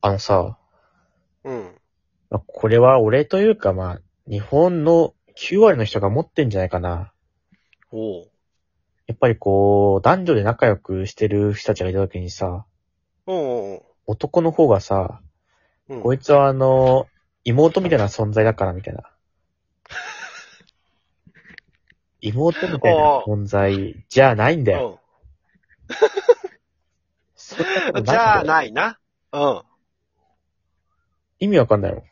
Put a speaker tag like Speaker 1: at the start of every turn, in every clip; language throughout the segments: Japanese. Speaker 1: あのさ、
Speaker 2: うん。
Speaker 1: まあこれは俺というかまあ、日本の9割の人が持ってんじゃないかな。
Speaker 2: おう。
Speaker 1: やっぱりこう、男女で仲良くしてる人たちがいた時にさ、
Speaker 2: おう
Speaker 1: 男の方がさ、
Speaker 2: おう。うん。
Speaker 1: こいつはあの、妹みたいな存在だからみたい な。妹みたいな存在じゃないんだよ。そんなこ
Speaker 2: う
Speaker 1: と
Speaker 2: ん。じゃあ、
Speaker 1: い。
Speaker 2: ないな。うん。
Speaker 1: 意味わかんないもん。
Speaker 2: い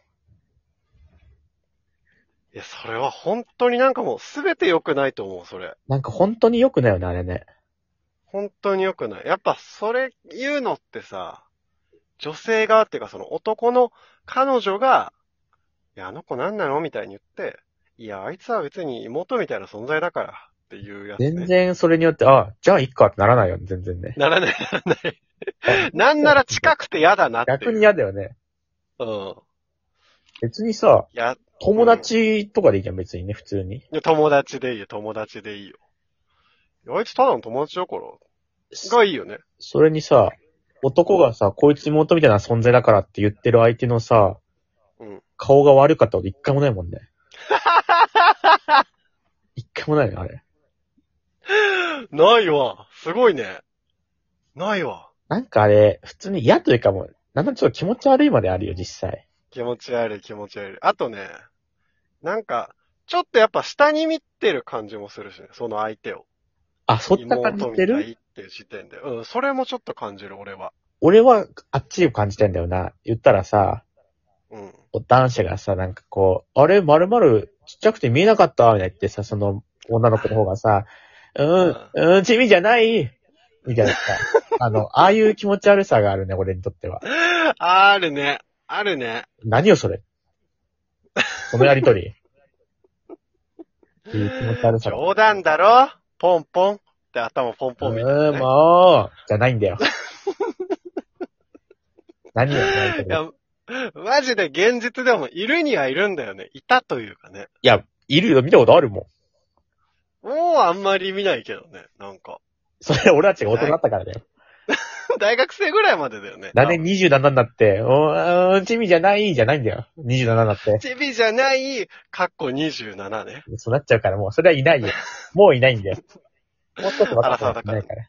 Speaker 2: や、それは本当になんかもうすべて良くないと思う、それ。
Speaker 1: なんか本当に良くないよね、あれね。
Speaker 2: 本当に良くない。やっぱそれ言うのってさ、女性側っていうかその男の彼女が、いや、あの子なんなのみたいに言って、いや、あいつは別に妹みたいな存在だからっていうやつ、ね。
Speaker 1: 全。然それによって、あ、じゃあいっかってならないよね、全然ね。
Speaker 2: ならない、ならない。なんなら近くて嫌だなっていう。
Speaker 1: 逆に嫌だよね。
Speaker 2: うん。
Speaker 1: 別にさ、
Speaker 2: いや、
Speaker 1: 友達とかでいいじゃん、別にね、普通に。
Speaker 2: いや、友達でいいよ、友達でいいよ。いやあいつただの友達だから、がいいよね。
Speaker 1: それにさ、男がさ、こいつ妹みたいな存在だからって言ってる相手のさ、
Speaker 2: うん
Speaker 1: 顔が悪かったこと一回もないも んね。一回もないね、あれ。
Speaker 2: ないわ。すごいね。ないわ。
Speaker 1: なんかあれ、普通に嫌というかもう、なんだちょっと気持ち悪いまであるよ、実際。
Speaker 2: 気持ち悪い、気持ち悪い。あとね、なんか、ちょっとやっぱ下に見てる感じもするしね、その相手を。
Speaker 1: あ、そんな感じ
Speaker 2: 妹み
Speaker 1: て
Speaker 2: た
Speaker 1: る
Speaker 2: いっていう時点で。うん、それもちょっと感じる、俺は。
Speaker 1: 俺は、あっちを感じてんだよな。言ったらさ、
Speaker 2: うん。
Speaker 1: 男子がさ、なんかこう、あれ、まるまるちっちゃくて見えなかったみたいな言ってさ、その女の子の方がさ、うん、うん、地味じゃないみたいなさ、 あの、ああいう気持ち悪さがあるね、俺にとっては。
Speaker 2: あるね。あるね。
Speaker 1: 何よ、それ。このやりとり。っていう気持ち悪さが。
Speaker 2: 冗談だろポンポンって頭ポンポンみたいな、
Speaker 1: う
Speaker 2: ね。
Speaker 1: ん、もう、じゃないんだよ。何よ、やりとり
Speaker 2: いや、マジで現実でもいるにはいるんだよね。いたというかね。
Speaker 1: いや、いるよ、見たことあるもん。
Speaker 2: もうあんまり見ないけどね。なんか。
Speaker 1: それ、俺たちが大人だったからだよ。
Speaker 2: 大学生ぐらいまでだよね。
Speaker 1: 来年27になって、おーうーん、チミじゃないじゃないんだよ。27になって。
Speaker 2: チビじゃない、カッコ27ね。
Speaker 1: そうなっちゃうから、もう、それはい ないよ。もういないんだよ。もうちょっと若くなってないから。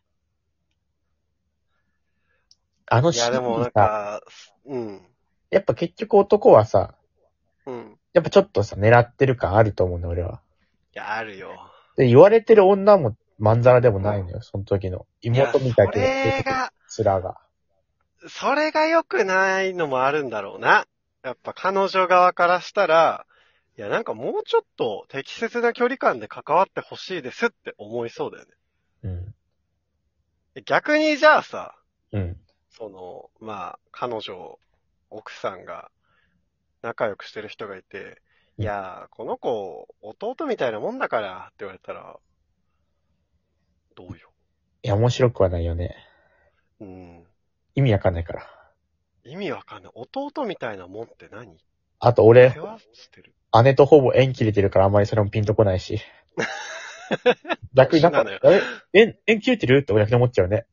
Speaker 1: あの
Speaker 2: い
Speaker 1: シー
Speaker 2: や、でも
Speaker 1: ン
Speaker 2: なん
Speaker 1: さ、
Speaker 2: か、うん。
Speaker 1: やっぱ結局男はさ、
Speaker 2: うん。
Speaker 1: やっぱちょっとさ、狙ってる感あると思うの、俺は。
Speaker 2: いや、あるよ。
Speaker 1: で、言われてる女も、まんざらでもないのよ、その時の。妹みたい
Speaker 2: いやそれが、
Speaker 1: 面が。
Speaker 2: それが良くないのもあるんだろうな。やっぱ彼女側からしたら、いや、なんかもうちょっと適切な距離感で関わってほしいですって思いそうだよ
Speaker 1: うん。
Speaker 2: ね。逆にじゃあさ、
Speaker 1: うん。
Speaker 2: その、まあ、彼女、奥さんが仲良くしてる人がいて、
Speaker 1: うん
Speaker 2: いやー、この子、弟みたいなもんだからって言われたら、どうよ。
Speaker 1: いや、面白くはないよね。
Speaker 2: うん。
Speaker 1: 意味わかんないから。
Speaker 2: 意味わかんない。弟みたいなもんって何
Speaker 1: あと、俺、
Speaker 2: 世話してる。
Speaker 1: 姉とほぼ縁切れてるからあんまりそれもピンとこない し。逆になんか
Speaker 2: そうなのよ、
Speaker 1: え、縁、縁切れてるって俺逆に思っちゃうね。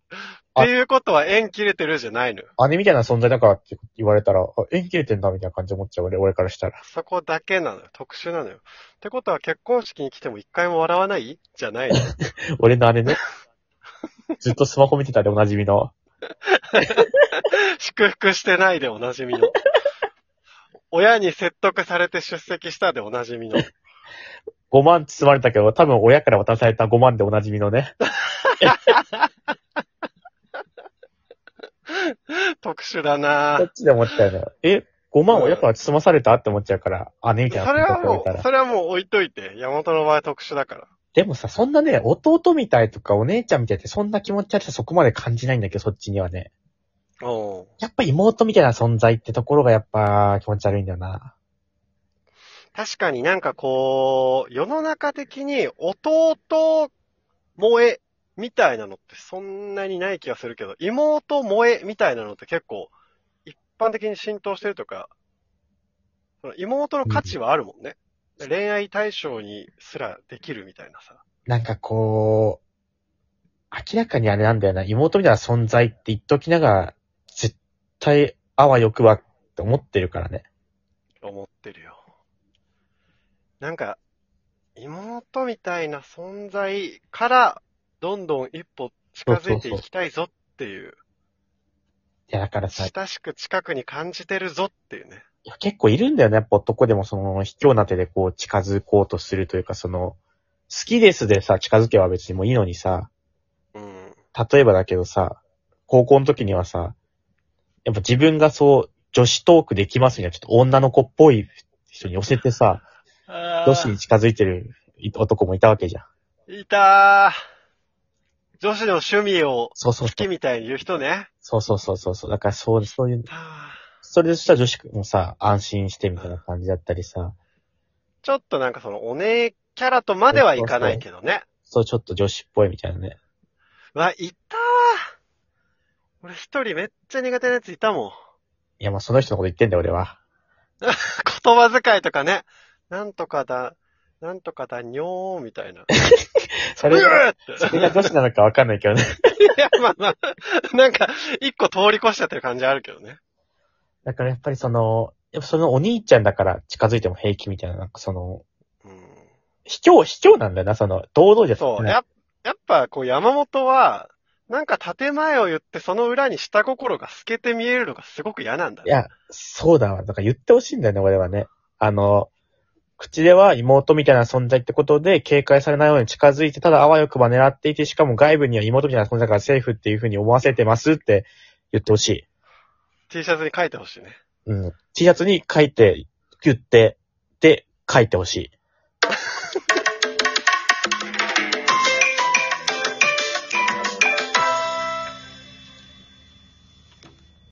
Speaker 2: っ
Speaker 1: あ
Speaker 2: ていうことは縁切れてるじゃないのよ。
Speaker 1: 姉みたいな存在だからって言われたら、あ縁切れてんだみたいな感じで思っちゃう俺、俺からしたら。
Speaker 2: そこだけなのよ。特殊なのよ。ってことは結婚式に来ても一回も笑わないじゃないの。
Speaker 1: 俺の姉 ね。ずっとスマホ見てたでおなじみの。
Speaker 2: 祝福してないでおなじみの。親に説得されて出席したでおなじみの。
Speaker 1: 5万包まれたけど、多分親から渡された5万でおなじみのね。
Speaker 2: 特殊だ
Speaker 1: こ
Speaker 2: な
Speaker 1: っちで思っちゃうのよ。え、5万親から包まされたって思っちゃうから、姉み
Speaker 2: そ
Speaker 1: たい
Speaker 2: れ
Speaker 1: な存
Speaker 2: は
Speaker 1: 在から
Speaker 2: も
Speaker 1: 見たら
Speaker 2: う、それはもう置いといて。山本の場合特殊だから。
Speaker 1: でもさ、そんなね、弟みたいとかお姉ちゃんみたいってそんな気持ち悪さそこまで感じないんだけど、そっちにはね。
Speaker 2: おう
Speaker 1: やっぱ妹みたいな存在ってところがやっぱ気持ち悪いんだよな。
Speaker 2: 確かになんかこう、世の中的に弟萌えみたいなのってそんなにない気がするけど、妹萌えみたいなのって結構一般的に浸透してるとか、その妹の価値はあるもんね。恋愛対象にすらできるみたいなさ。
Speaker 1: なんかこう、明らかにあれなんだよな。妹みたいな存在って言っときながら、絶対あわよくばって思ってるからね。
Speaker 2: 思ってるよ。なんか、妹みたいな存在から、どんどん一歩近づいていきたいぞっていう、
Speaker 1: いや、だからさ、い
Speaker 2: 親しく近くに感じてるぞっていうね。
Speaker 1: や結構いるんだよね。やっぱ男でもその、卑怯な手でこう、近づこうとするというか、その、好きですでさ、近づけば別にもういいのにさ、
Speaker 2: うん。
Speaker 1: 例えばだけどさ、高校の時にはさ、やっぱ自分がそう、女子トークできますみたいな、ちょっと女の子っぽい人に寄せてさ、
Speaker 2: あ
Speaker 1: 女子に近づいてる男もいたわけじゃん。
Speaker 2: いたー。女子の趣味を
Speaker 1: そうそう
Speaker 2: 好
Speaker 1: そ
Speaker 2: き
Speaker 1: う。
Speaker 2: みたいに言う人ね。
Speaker 1: そうそうそうそうそう。だからそう、そういう、
Speaker 2: たー
Speaker 1: それでしたら女子もさ、安心してみたいな感じだったりさ、
Speaker 2: ちょっとなんかそのお姉キャラとまではいかないけどね。
Speaker 1: そうちょっと女子っぽいみたいなね。
Speaker 2: うわ、いたー。俺一人めっちゃ苦手なやついたもん。
Speaker 1: いや、まあその人のこと言ってんだよ、俺は。
Speaker 2: 言葉遣いとかね。なんとかだ、なんとかだにょーみたいな。
Speaker 1: それが、
Speaker 2: うっ
Speaker 1: それが女子なのかわかんないけどね。
Speaker 2: いや、 まあまあ、なんか、一個通り越しちゃってる感じあるけどね。
Speaker 1: だからやっぱりその、やっぱそのお兄ちゃんだから近づいても平気みたいな、なんかその、
Speaker 2: うん。
Speaker 1: 卑怯、卑怯なんだよな、その、堂々じゃ
Speaker 2: そう、
Speaker 1: な
Speaker 2: やっ、やっぱ、こう、山本は、なんか建前を言って、その裏に下心が透けて見えるのがすごく嫌なんだ
Speaker 1: い
Speaker 2: ね。
Speaker 1: や、そうだわ。だから言ってほしいんだよね、俺はね。あの、口では妹みたいな存在ってことで、警戒されないように近づいて、ただあわよくば狙っていて、しかも外部には妹みたいな存在だからセーフっていうふうに思わせてますって言ってほしい。
Speaker 2: T シャツに書いてほしいね。
Speaker 1: うん。T シャツに書いて、言って、で、書いてほしい。